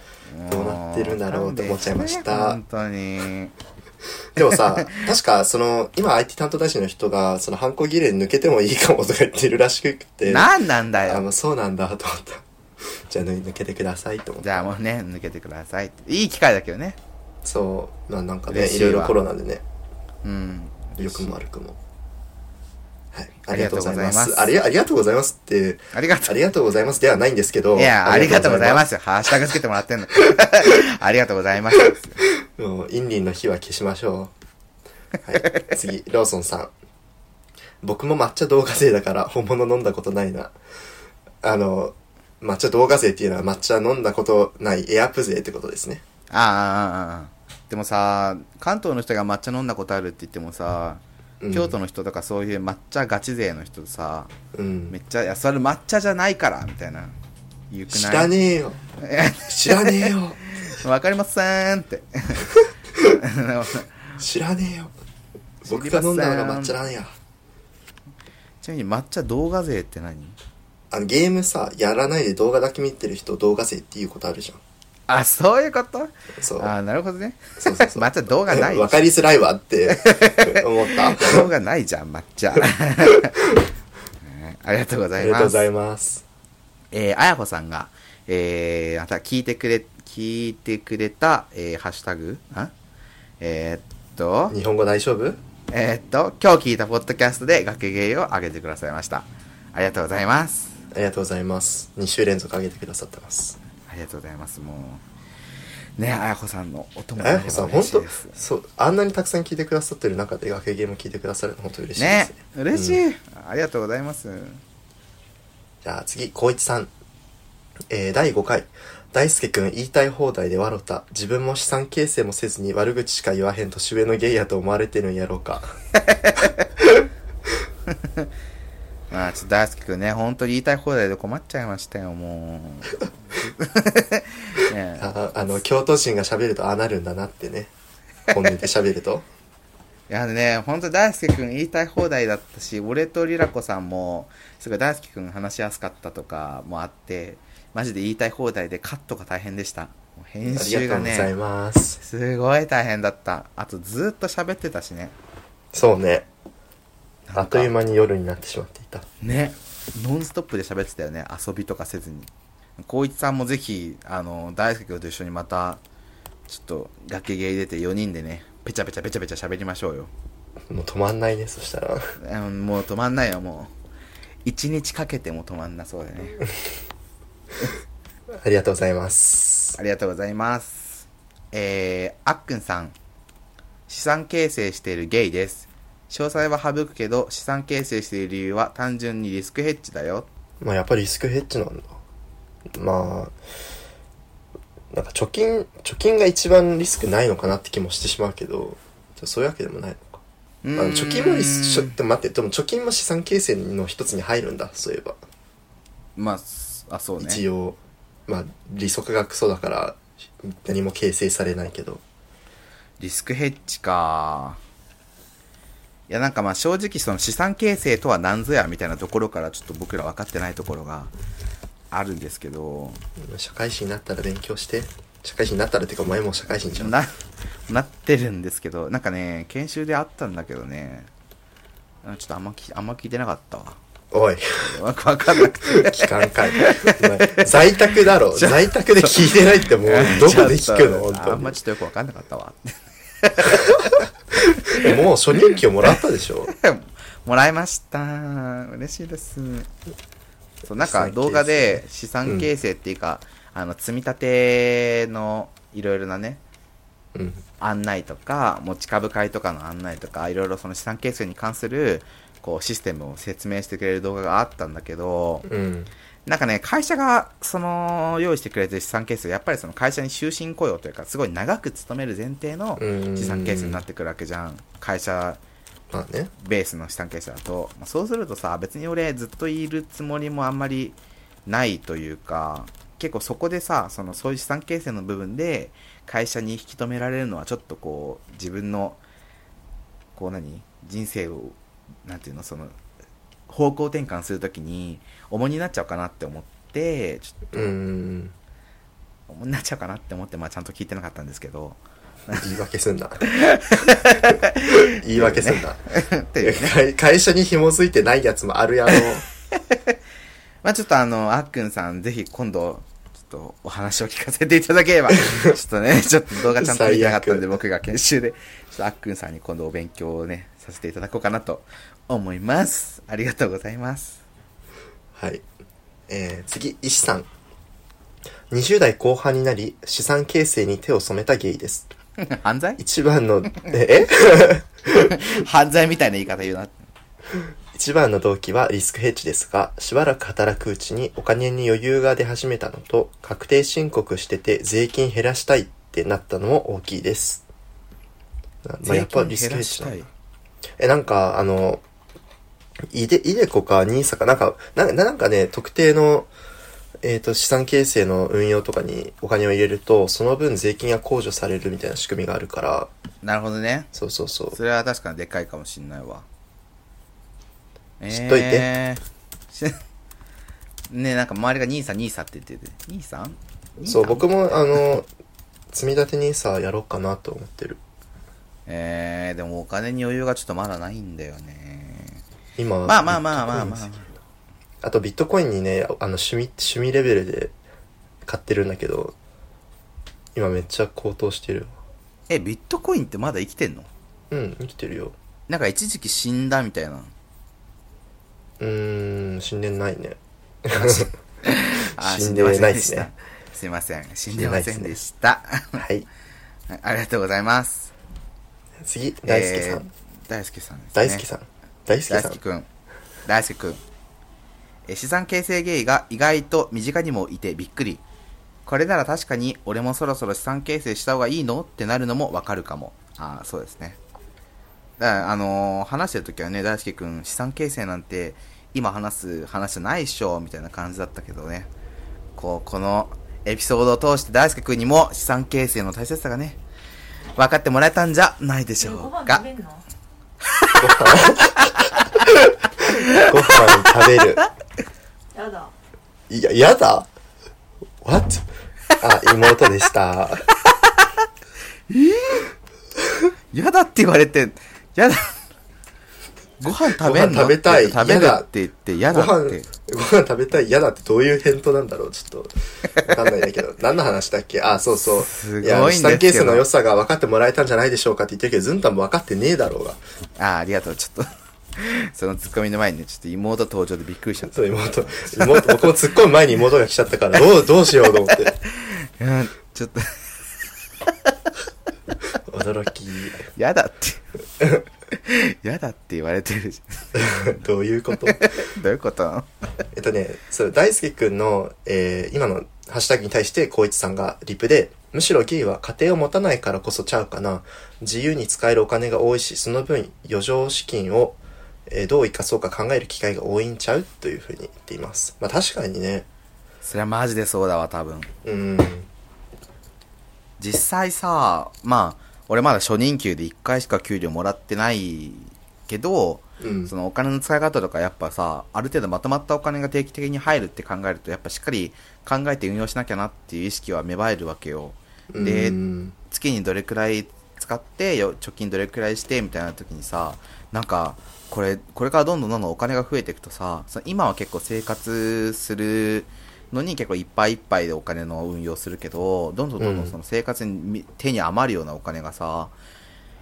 S2: う
S1: どうなってるんだろうと思っちゃいました
S2: なんでしょうね本
S1: うでも さ確かその今 IT 担当大臣の人がその犯行議連抜けてもいいかもとか言ってるらしくっ
S2: 当に
S1: て
S2: 何なんだ
S1: あ
S2: よ
S1: もうそうなんだと思ったじゃあ抜けてくださいと思って
S2: じゃあもうね抜けてくださいいい機会だけどね
S1: そうまあなんかね
S2: 嬉
S1: い
S2: しいわ
S1: ろいろコロナでね
S2: うん
S1: 良くも悪くもはいあ
S2: あ
S1: り
S2: り
S1: が
S2: が
S1: と
S2: と
S1: う
S2: う
S1: ござ
S2: ござ
S1: い
S2: い
S1: ま
S2: ます
S1: すありありがとうございますって
S2: ありがと
S1: ありがとうございますではないんですけど
S2: ういやありがとうございますすよハッシュタグつけてもらってんの ありがとうございます
S1: もうインリンの火は消しましょうはい 次ローソンさん僕も抹茶動画生だから本物飲んだことないなあの抹茶動画生っていうのは抹茶飲んだことないエアプ勢ってことですね
S2: ああああああでもさ関東の人が抹茶飲んだことあるって言ってもさ、
S1: うん
S2: 京都の人とかそういう抹茶ガチ勢の人さ
S1: うん
S2: めっちゃ「いやそれ抹茶じゃないから」みたいな言うくない
S1: 知らねえよ知らねえよ
S2: わかりませんって
S1: 知らねえよ僕が飲んだのが抹茶なんや
S2: ちなみに抹茶動画勢って何
S1: あのゲームさやらないで動画だけ見てる人動画生っていうことあるじゃん
S2: あそういうこと
S1: そう
S2: ああなるほどね
S1: そうそうそう
S2: 抹茶動画ない
S1: わかりづらいわって 思ったあ
S2: 動画ないじゃん抹 茶ねありがとうござい
S1: りが
S2: ま
S1: とうご
S2: す
S1: ざいます
S2: えー、あやほさんが、えー、また聞いてくれ、聞いてくれた、えー、ハッシュタグあえー、っと、
S1: 日本語大丈夫
S2: えー、っと、今日聞いたポッドキャストで学芸を上げてくださいました。ありがとうございます。
S1: ありがとうございます2週連続上げてくださってます
S2: ありがとうございます。もう、ね、あやほさんのお供に
S1: あ
S2: な
S1: やこ
S2: れば
S1: さん本
S2: 嬉しい
S1: 当
S2: です。
S1: そうあんなにたくさん聞いてくださってる中で学芸ゲーム聞いてくださるの本当嬉しいで
S2: ね
S1: すね、
S2: 嬉し
S1: うん
S2: い、ありがとうございます。
S1: じゃあ次、光一さん。えー、第5回。大輔くん言いたい放題で笑った。自分も資産形成もせずに悪口しか言わへん年上のゲイやと思われてるんやろうか。
S2: まあ、ちょっと大好きくんね、本当に言いたい放題で困っちゃいましたよ、も う。ね
S1: ああの、 京都人が喋るとああなるんだなってね。本音で喋ると。
S2: いやね、ほんと大輔くん言いたい放題だったし、俺とリラコさんも、すごい大輔くん話しやすかったとかもあって、マジで言いたい放題でカットが大変でした。もう編
S1: あり
S2: 集
S1: がと
S2: が
S1: うござい
S2: ね、
S1: ます。
S2: すごい大変だった。あとずーっと喋ってたしね。
S1: そうね。
S2: なんか
S1: あっという間に夜になってしまっていた。
S2: ね、ノンストップで喋ってたよね、遊びとかせずに。光一さんもぜひ、あの、大輔くんと一緒にまた、ちょっと崖芸出て4人でね、ペチャペチャペチャペチャ喋りましょうよ。
S1: もう止まんないね、そしたら。
S2: うんもう止ま んないよもう一日かけても止まんなそうだね
S1: ありがとうございます。
S2: ありがとうございます。えー、あっくんさん。資産形成しているゲイです。詳細は省くけど、資産形成している理由は単純にリスクヘッジだよ。
S1: まあやっぱりリスクヘッジなんだ。まあ、なんか貯金、貯金が一番リスクないのかなって気もしてしまうけど、じゃあそういうわけでもないのか。
S2: うーん
S1: まあ、貯金もリス、ちょっと待って、でも貯金も資産形成の一つに入るんだ、そういえば。
S2: まあ、すあ、そうね。
S1: 一応、まあ利息がクソだから、何も形成されないけど。
S2: リスクヘッジか。いや、なんかまあ正直その資産形成とは何ぞやみたいなところからちょっと僕ら分かってないところがあるんですけど、
S1: 社会人になったら勉強して。社会人になったらってか、お前もう社会人じゃん。
S2: な、なってるんですけど、なんかね、研修であったんだけどね、うんちょっとあんまきあんま聞いてなかったわ。
S1: おい。
S2: わくわかんなくて。
S1: 期間かい。お前在宅だろ。在宅で聞いてないって もう、どこで聞くの
S2: ちょっとあん
S1: 本
S2: まちょっとよく分かんなかったわ。
S1: 当に。もう初任給もらったでしょ。
S2: もらいました嬉しいですそうなんか
S1: 資産形成
S2: 動画で資産形成っていうか、あの積み立てのいろいろなね
S1: うん。
S2: 案内とか持ち株会とかの案内とかいろいろその資産形成に関するこうシステムを説明してくれる動画があったんだけど
S1: うん。
S2: なんかね会社がその用意してくれてる資産形成やっぱりその会社に終身雇用というかすごい長く勤める前提の
S1: うん
S2: 資産形成になってくるわけじゃん会社
S1: まあね。
S2: ベースの資産形成だと、まあそうするとさ別に俺ずっといるつもりもあんまりないというか結構そこでさそのそういう資産形成の部分で会社に引き止められるのはちょっとこう自分のこう何人生をなんていうのその方向転換するときに重荷になっちゃうかなって思ってちょっと
S1: うん。
S2: 重荷になっちゃうかなって思って、まあ、ちゃんと聞いてなかったんですけど
S1: 言い訳すんな。言い訳すんな。
S2: っていう
S1: 会会社に紐づいてないやつもあるやろ。
S2: まあちょっとあの、あっくんさん、ぜひ今度、ちょっとお話を聞かせていただけれ ば、ちょっとね、ちょっと動画ちゃんと見てなかったん
S1: 最
S2: で、
S1: 悪
S2: 僕が研修で、ちょっとあっくんさんに今度お勉強をね、させていただこうかなと思います。ありがとうございます。
S1: はい。えー、次、石さん。20代後半になり、資産形成に手を染めたゲイです。
S2: 犯罪
S1: 一番の、ええ
S2: 犯罪みたいな言い方言うな。
S1: 一番の動機はリスクヘッジですが、しばらく働くうちにお金に余裕が出始めたのと、確定申告してて税金減らしたいってなったのも大きいです。なまあ、やっぱリスクヘッジなんだ
S2: い。
S1: え、なんか、あの、いで、いでこか、ニーサか、なんか、ななんかね、特定の、えっ、と、資産形成の運用とかにお金を入れると、その分税金が控除されるみたいな仕組みがあるから、
S2: なるほどね。
S1: そうそうそう。
S2: それは確かにでっかいかもしんないわ。
S1: 知っといて
S2: えー しねなんか周りが兄さん兄さんって言ってて、兄さん
S1: そう、
S2: 兄さん
S1: 僕も、あの、積み立てニーサやろうかなと思ってる。
S2: えー、でもお金に余裕がちょっとまだないんだよね。
S1: 今
S2: まあまあまあまあま
S1: ビットコインです
S2: あ。
S1: あとビットコインにねあの趣味趣味レベルで買ってるんだけど今めっちゃ高騰してる
S2: え、ビットコインってまだ生きてんの
S1: うん生きてるよ
S2: なんか一時期死んだみたいな。
S1: うーん死んでないね
S2: あー
S1: 死んでないっすね。
S2: 死んませんでしたすいません。死んでませんでした。
S1: はい
S2: ありがとうございます。
S1: 次大輔さん、
S2: えー大輔さんです、ね。
S1: 大輔さん大輔
S2: 大
S1: さん
S2: 輔くん。大輔くん。えー資産形成ゲイが意外と身近にもいてびっくり。これなら確かに俺もそろそろ資産形成した方がいいのってなるのもわかるかも。ああ、そうですね。だから、あのー話してるときはね、大輔くん、資産形成なんて今話す話じゃないっしょ、みたいな感じだったけどね。こう、このエピソードを通して大輔くんにも資産形成の大切さがね、分かってもらえたんじゃないでしょうか。
S3: んの
S1: ご飯食べる
S3: やだ
S1: いややだ What? あ妹でした
S2: やだって言われて、やだ。ご飯食べん
S1: ご飯
S2: の
S1: 食べたい
S2: って言って食べる
S1: やだ
S2: って言って、や
S1: ご
S2: だ
S1: 飯
S2: って。
S1: ご飯食べたい嫌だってどういう返答なんだろうちょっとわかんないんだけ ど何の話だっけあそうそう
S2: すごいん
S1: や
S2: ですけど
S1: 資産形成の良さが分かってもらえたんじゃないでしょうかって言ってるけどずんたんも分かってねえだろうが
S2: ああ、ありがとう。ちょっと、 そのツッコミの前にねちょっと妹登場でびっくりしちゃった
S1: そう、妹、妹、僕も突っ込む前に妹が来ちゃったから、どう、どうしようと思って。
S2: うんちょっと
S1: 驚 き、
S2: やだってやだって 言われてる じ
S1: どういうこと
S2: ゃんどういうことなの
S1: えっとね、そう、大輔くんの、えー今のハッシュタグに対して、光一さんがリプで、むしろゲイは家庭を持たないからこそちゃうかな。自由に使えるお金が多いし、その分余剰資金を、えーどう生かそうか考える機会が多いんちゃうというふうに言っています。まあ確かにね、
S2: それはマジでそうだわ多分
S1: うん、
S2: 実際さまあ俺まだ初任給で1回しか給料もらってないけど
S1: うん
S2: そ、のお金の使い方とかやっぱさある程度まとまったお金が定期的に入るって考えるとやっぱしっかり考えて運用しなきゃなっていう意識は芽生えるわけよで
S1: うん
S2: 月にどれくらい使ってよ貯金どれくらいしてみたいな時にさなんかこれこれからどんどんどんどんお金が増えていくとさその今は結構生活するのに結構いっぱいいっぱいでお金の運用するけどどんどんどんど
S1: うん
S2: んその生活にみ手に余るようなお金がさ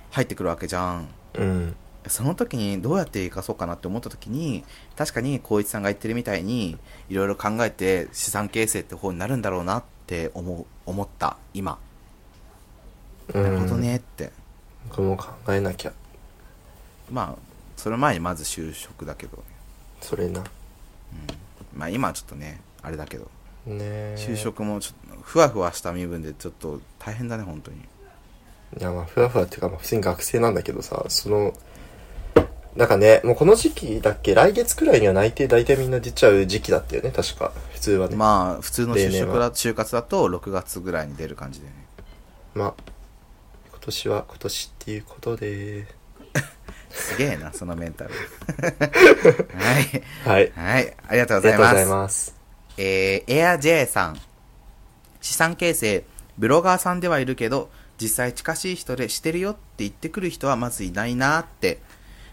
S2: 入ってくるわけじゃん
S1: うん、
S2: その時にどうやって生かそうかなって思った時に確かに光一さんが言ってるみたいにいろいろ考えて資産形成って方になるんだろうなって思う思った今
S1: うん
S2: なるほど。ねって、
S1: 僕も考えなきゃ、
S2: まあその前にまず就職だけどね
S1: それな。
S2: まあ今はちょっとねあれだけど
S1: ね
S2: 就職もちょっとふわふわした身分でちょっと大変だね本当に
S1: いやまあふわふわっていうかまあ普通に学生なんだけどさそのなんかねもうこの時期だっけ来月くらいには内定大体みんな出ちゃう時期だったよね確か普通はねま
S2: まあ普通の就
S1: 例年
S2: 職
S1: は
S2: だ就活だと6月ぐらいに出る感じでね
S1: あ今年は今年っていうことです
S2: げえなそのメ ンタルはい
S1: はい
S2: はいありがとう
S1: あ
S2: ご
S1: りがとう
S2: ざい
S1: ご
S2: ま
S1: ざい
S2: す
S1: ます
S2: えー、エア J さん。資産形成、ブロガーさんではいるけど、実際近しい人でしてるよって言ってくる人はまずいないなーって。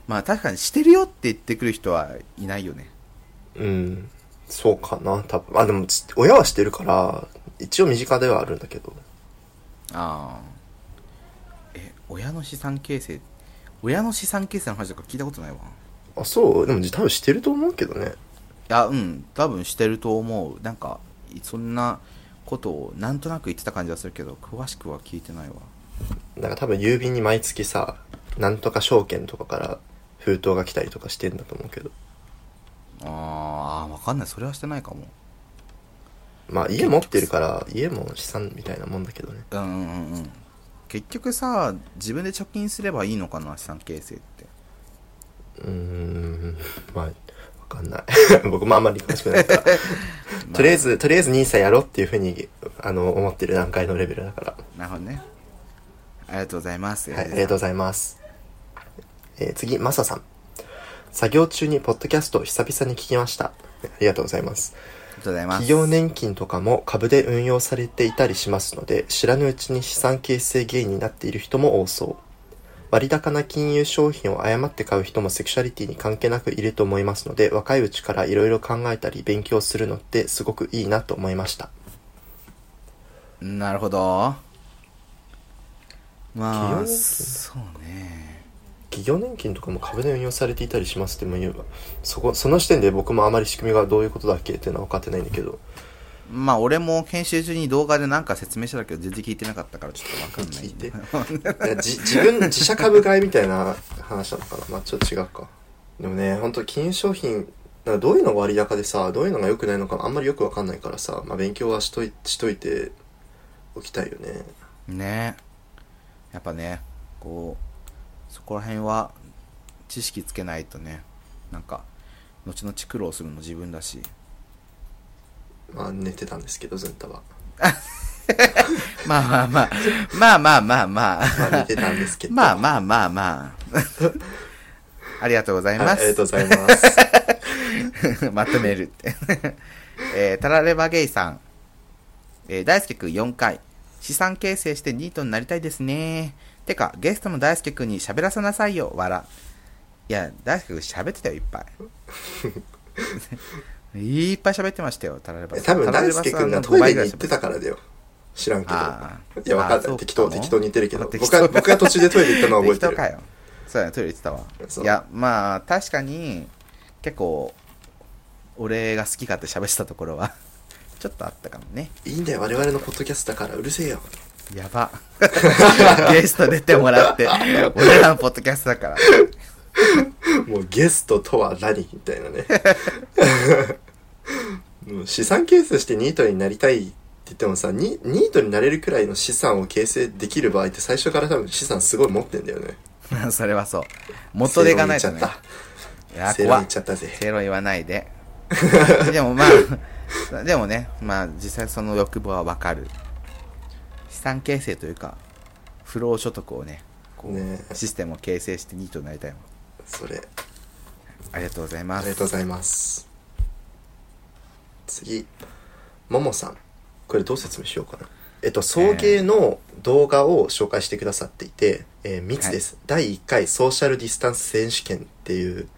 S2: まあ確かにしてるよって言ってくる人はいないよね。
S1: うんそうかな多分あでもつ親はしてるから一応身近ではあるんだけど
S2: ああ。え、親の資産形成、親の資産形成の話とか聞いたことないわ。い
S1: あそうでも多分してると思うけどね
S2: や、うん、多分してると思う。なんか、そんなことをなんとなく言ってた感じはするけど、詳しくは聞いてないわ。
S1: なんか多分郵便に毎月さなんとか証券とかから封筒が来たりとかしてんだと思うけど
S2: あーあー、わかんない。それはしてないかも。
S1: まあ家持ってるから家も資産みたいなもんだけどね
S2: うんうんうん結局さ自分で貯金すればいいのかな資産形成って
S1: うーんまあわかんない 僕もあん まり詳しくないからとりあえずとりあえず NISA やろうっていうふうにあの思ってる段階のレベルだから
S2: なるほどねありがとうございます
S1: はいありがとうございます、えー次マサさん作業中にポッドキャストを久々に聞きましたありがとうございます
S2: ありがとうございます
S1: 企業年金とかも株で運用されていたりしますので知らぬうちに資産形成原因になっている人も多そう割高な金融商品を誤って買う人もセクシャリティに関係なくいると思いますので若いうちからいろいろ考えたり勉強するのってすごくいいなと思いました
S2: なるほど
S1: 企業
S2: ま
S1: 年
S2: あ
S1: 金
S2: そうね
S1: 企業年金とかも株で運用されていたりしますっても言えばそこその視点で僕もあまり仕組みがどういうことだっけっていうのは分かってないんだけど
S2: まあ俺も研修中に動画でなんか説明してたけど全然聞いてなかったからちょっとわかんない
S1: 聞い ていやじ自分自社株買いみたいな話なのかなまあちょっと違うかでもね本当金融商品なんかどういうのが割高でさどういうのが良くないのかあんまりよく分かんないからさ、まあ、勉強はしといしといておきたいよね
S2: ねやっぱねこうそこら辺は知識つけないとねなんか後々苦労するの自分だし
S1: まあ寝てたんですけどずんたは、
S2: まあまあまあまあまあまあま
S1: まあ、寝
S2: あ
S1: てたんですけど
S2: まあ
S1: あ
S2: まあまあまあありがとうござい
S1: はい、あ
S2: ま
S1: りがと
S2: す
S1: うございます。
S2: まとめるって、えータラレバゲイさん、えー大輔くん4回資産形成してニートになりたいですねてかゲストの大輔くんに喋らせなさいよ笑いや大輔くん喋ってたよいっぱ いいっぱい喋ってましたよタラレバ
S1: 多分大輔君がトイレに行って
S2: た
S1: たからだよ。知らんけど。
S2: あー
S1: いや、わか
S2: あー
S1: ん
S2: そ
S1: な
S2: う
S1: い。
S2: か
S1: 適当、
S2: も
S1: 適当に言ってるけど。
S2: 適
S1: 僕
S2: 当
S1: が、僕が途中でトイレ行ったのは覚えて
S2: 適当か
S1: る。
S2: よそうやねトイレ行ってたわ
S1: そう
S2: いやまあ確かに結構俺が好き勝手喋ってたところは ちょっとあったかもね
S1: いいんだよ我々のポッドキャストだからうるせえよ
S2: やば ゲスト出てもら って俺らのポッドキャストだから
S1: もうゲストとは何みたいなね もう資産形成してニートになりたいって言ってもさニニートになれるくらいの資産を形成できる場合って最初から多分資産すごい持ってんだよね
S2: まあ それはそう元手がないとね
S1: 正論言っちゃった正論言
S2: いや怖
S1: っ
S2: っ
S1: ちゃったぜ
S2: 正論言わな いででもまあでもねまあ実際その欲望はわかる資産形成というか不労所得をねこう
S1: ねえ
S2: システムを形成してニートになりたいもん
S1: それ
S2: ありがとうござい
S1: あ
S2: ま
S1: りが
S2: す
S1: とうございます次ももさんこれどう説明しようかなえっと送迎の動画を紹介してくださっていて「えー、みつです、第1回ソーシャルディスタンス選手権」っていう、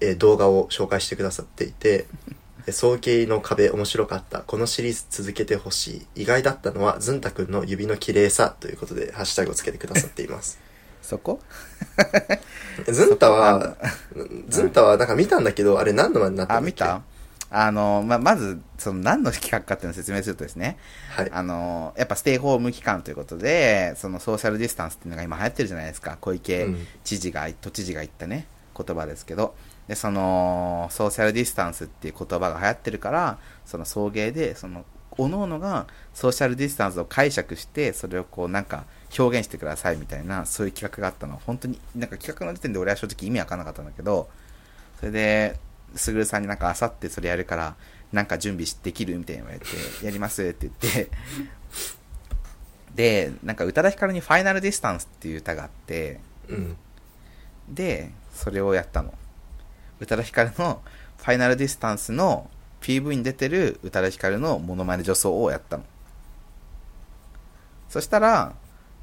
S1: えー動画を紹介してくださっていて「えー送迎の壁面白かったこのシリーズ続けてほしい意外だったのはずんたくんの指の綺麗さ」ということでハッシュタグをつけてくださってい ます
S2: そこ
S1: ずんたは、ずんたはなんか見たんだけど、あれ何の間になった
S2: あ
S1: んだっ
S2: 見
S1: け
S2: たあの、まあ、まず、その何の企画かっていうのを説明するとですね、
S1: はい。
S2: あの、やっぱステイホーム期間ということで、そのソーシャルディスタンスっていうのが今流行ってるじゃないですか。小池
S1: うん
S2: 知事が、都知事が言ったね、言葉ですけど。で、その、ソーシャルディスタンスっていう言葉が流行ってるから、その送迎で、その、各々がソーシャルディスタンスを解釈して、それをこうなんか表現してくださいみたいな、そういう企画があったの。本当に、なんか企画の時点で俺は正直意味わかんなかったんだけど、それで、すぐるさんになんかあさってそれやるから、なんか準備しできるみたいに言われて、 やりますって言って、で、なんか宇多田ヒカルにファイナルディスタンスっていう歌があって、
S1: うん。
S2: で、それをやったの。宇多田ヒカルのファイナルディスタンスの PV に出てる宇多田ヒカルのモノマネ女装をやったの。そしたら、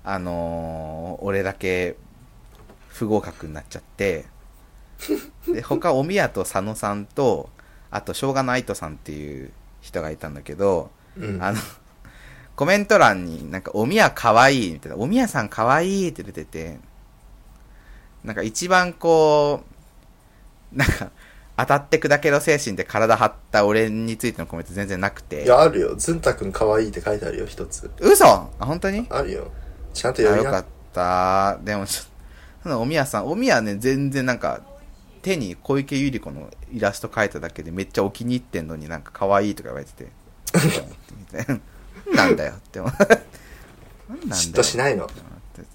S2: あのー俺だけ不合格になっちゃって、で、他、おみやと佐野さんと、あと、しょうがの愛斗さんっていう人がいたんだけど、
S1: うん。
S2: あの、コメント欄になんか、おみやかわいいみたいな、おみやさんかわいいって出てて、なんか一番こう、なんか、当たって砕けろ精神で体張った俺についてのコメント全然なく
S1: い
S2: て。
S1: や、あるよ。ずんたくん可愛いって書いてあるよ、一つ。
S2: 嘘あ、本当に
S1: あるよ。ちゃんと
S2: あ、
S1: やり
S2: よか
S1: な。
S2: った。でもちょっと、そのおみやさん、おみやね、全然なんか、手に小池百合子のイラスト描いただけでめっちゃお気に入ってんのになんか可愛いとか言われてて。 なんだよって思う。なんなんだよ
S1: 嫉妬しないの。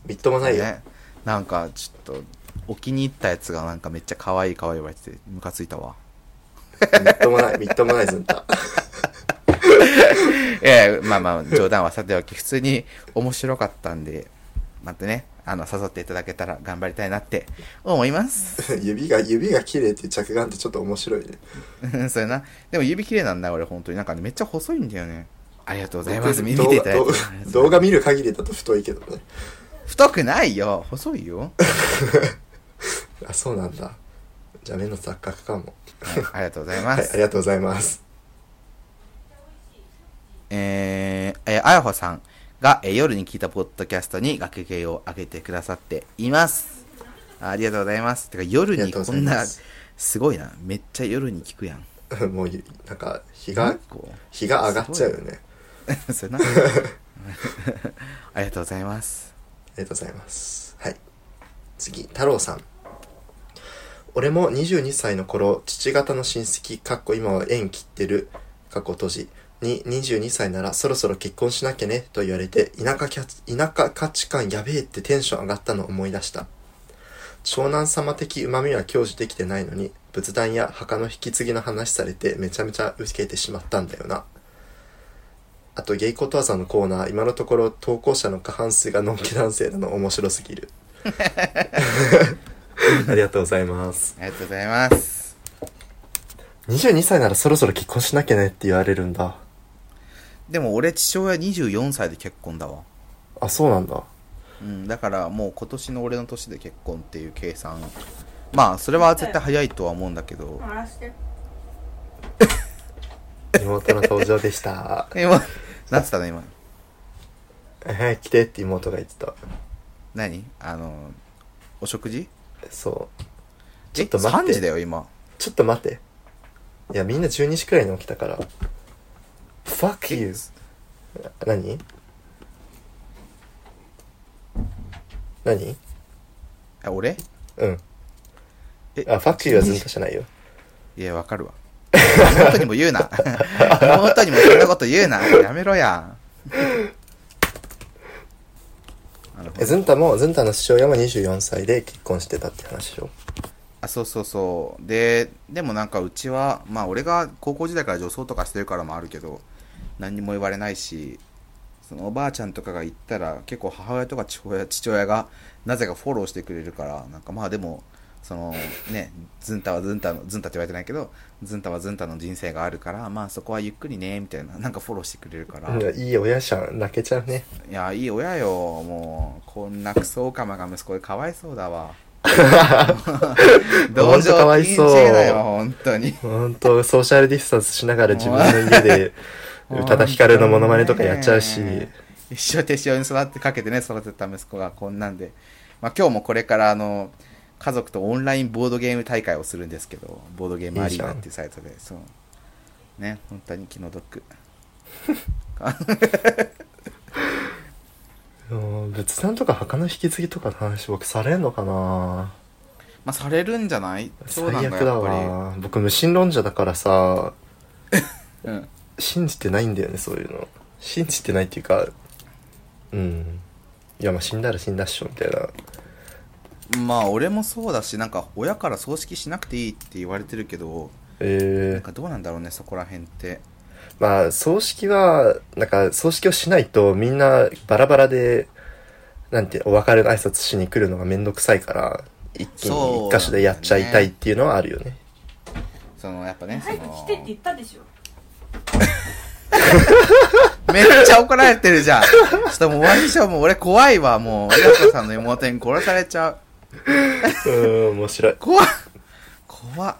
S1: みっともないよ。
S2: ね、なんかちょっとお気に入ったやつがなんかめっちゃ可愛い可愛い言われててムカついたわ
S1: みっともない、みっともないずんた。
S2: ええまあまあ冗談はさておき普通に面白かったんでまたねあの誘っていただけたら頑張りたいなって思います
S1: 指が、指が綺麗っていう着眼ってちょっと面白いね。
S2: それなでも指綺麗なんだ俺本当になんかねめっちゃ細いんだよねありがとうございます見
S1: 動
S2: 見
S1: 画
S2: ていただいて
S1: 動画動画見る限りだと太いけどね。
S2: 太くないよ細い よ、
S1: あ、そうなんだ。じゃあ目の錯覚かも。
S2: はいありがとうございま
S1: は
S2: す、
S1: い、ありがとうございます。
S2: えー、えーあやほさんが、えー夜に聞いたポッドキャストに学芸を上げてくださっています。あありがとうございます。てか夜
S1: あり
S2: に
S1: がとうご
S2: こ
S1: ざい
S2: ん
S1: ま
S2: な、
S1: す
S2: すごいな。めっちゃ夜に聞くやん。
S1: もう、なんか、日が、
S2: こ
S1: 日が上がっちゃうよね。
S2: う それ な。ありがとうございます。
S1: ありがとうございます。はい。次、太郎さん。俺も22歳の頃、父方の親戚、かっこ今は縁切ってる、かっこ閉じ、に22歳ならそろそろ結婚しなきゃねと言われて、田舎キャ田舎価値観やべえってテンション上がったのを思い出した。長男様的旨味は享受できてないのに、仏壇や墓の引き継ぎの話されてめちゃめちゃ受けてしまったんだよな。あと、ゲイことわざのコーナー、今のところ投稿者の過半数がのんき男性なの面白すぎる。 ありがとうございます。
S2: ありがとうございます。
S1: 22歳ならそろそろ結婚しなきゃねって言われるんだ。
S2: でも俺父親24歳で結婚だわ。
S1: あ、そうなんだ。
S2: うん、だからもう今年の俺の年で結婚っていう計算。まあ、それは絶対早いとは思うんだけど。
S3: 鳴らして
S1: 妹の登場でした。
S2: 今、なってたの今。
S1: はい、来てって妹が言ってた。
S2: 何あのお食事
S1: そうち
S2: え
S1: ょっと待っ
S2: 3時だ
S1: て
S2: よ今
S1: ちょっと待っていやみんな12時くらいに起きたから Fuck you 何何
S2: え俺
S1: うん
S2: え
S1: あ Fuck you はずっとじゃないよ
S2: いやわかるわ妹にも言うな妹にもそんなこと言うなやめろ やなるほ
S1: え
S2: ど
S1: ずんたもずんたの父親も24歳で結婚してたって話でしょ
S2: あそうそうそうででもなんかうちはまあ俺が高校時代から女装とかしてるからもあるけど何にも言われないしそのおばあちゃんとかが行ったら結構母親とか父親父親がなぜかフォローしてくれるからなんかまあでもそのねずんたはずんたのずんたって言われてないけどずんたはずんたの人生があるからまあそこはゆっくりねみたいななんかフォローしてくれるから、
S1: いやいい親じゃん泣けちゃうね
S2: いやいい親よもうこんなクソオカマが息子でかわいそう だわ
S1: ほ
S2: 同
S1: んとか
S2: 情
S1: わい
S2: 禁
S1: そう
S2: 止だよ本当に
S1: 本当ソーシャルディスタンスしながら自分の家 で宇多田ヒカルのモノマネとかやっちゃうし、
S2: 一生手塩に育ってかけてね育てた息子がこんなんで、まあ、今日もこれからあの家族とオンラインボードゲーム大会をするんですけどボードゲームアリーナっていうサイトでそうね本当に気の毒
S1: うん仏壇とか墓の引き継ぎとかの話僕されんのかな
S2: まあされるんじゃないそう
S1: 最
S2: な
S1: 悪
S2: んだ
S1: だ
S2: やっぱ
S1: わ僕無神論者だからさ
S2: り、うん、
S1: 信じてないんだよねそういうの信じてないっていうかうんいやまあ死んだら死んだっしょみたいな
S2: まあ俺もそうだしなんか親から葬式しなくていいって言われてるけどな
S1: えー、
S2: んかどうなんだろうねそこら辺って
S1: まあ葬式はなんか葬式をしないとみんなバラバラでなんてお別れの挨拶しに来るのがめんどくさいから一気に一箇所でやっちゃいたいっていうのはあるよね
S2: そのやっぱねそ
S3: 早く来てって
S2: の
S3: 言ったでしょ
S2: めっちゃ怒られてるじゃんちょっともう終わりにしようもう俺怖いわもう親子さんの妹に殺されちゃう
S1: うーん面白い
S2: 怖っ怖っ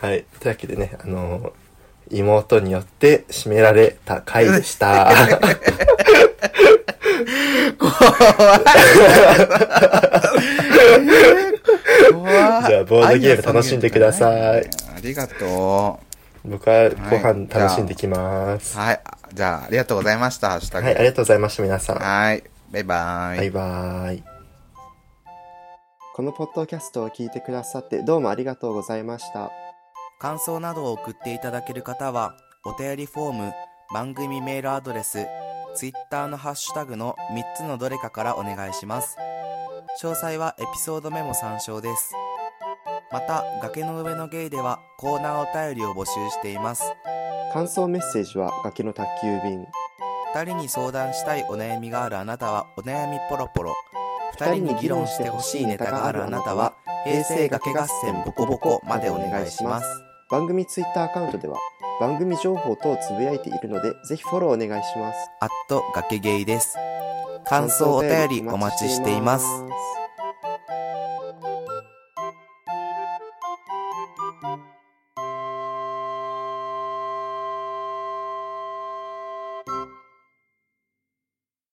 S1: はいというわけでねあの妹によって締められた回でした
S2: 怖っ
S1: じゃあボードゲーム楽しんでください
S2: 愛の叫びとかねありがと
S1: 僕はご飯楽しんできます
S2: うはいじゃあありがとうございましたハッシュタグ
S1: はい、ありがとうございました、皆さん。
S2: はいバイバイ
S1: バイバイ。このポッドキャストを聞いてくださってどうもありがとうございました。
S4: 感想などを送っていただける方は、お便りフォーム、番組メールアドレス、ツイッターのハッシュタグの3つのどれかからお願いします。詳細はエピソードメモ参照です。また、崖の上のゲイではコーナーお便りを募集しています。
S1: 感想メッセージは崖の宅急便。
S4: 2人に相談したいお悩みがあるあなたはお悩みポロポロ2人に議論してほしいネタがあるあなたは平成崖合戦ボコボコまでお願いします
S1: 番組ツイッターアカウントでは番組情報等をつぶやいているので、ぜひフォローお願いします。
S4: あっと崖ゲイです感想お便りお待ちしています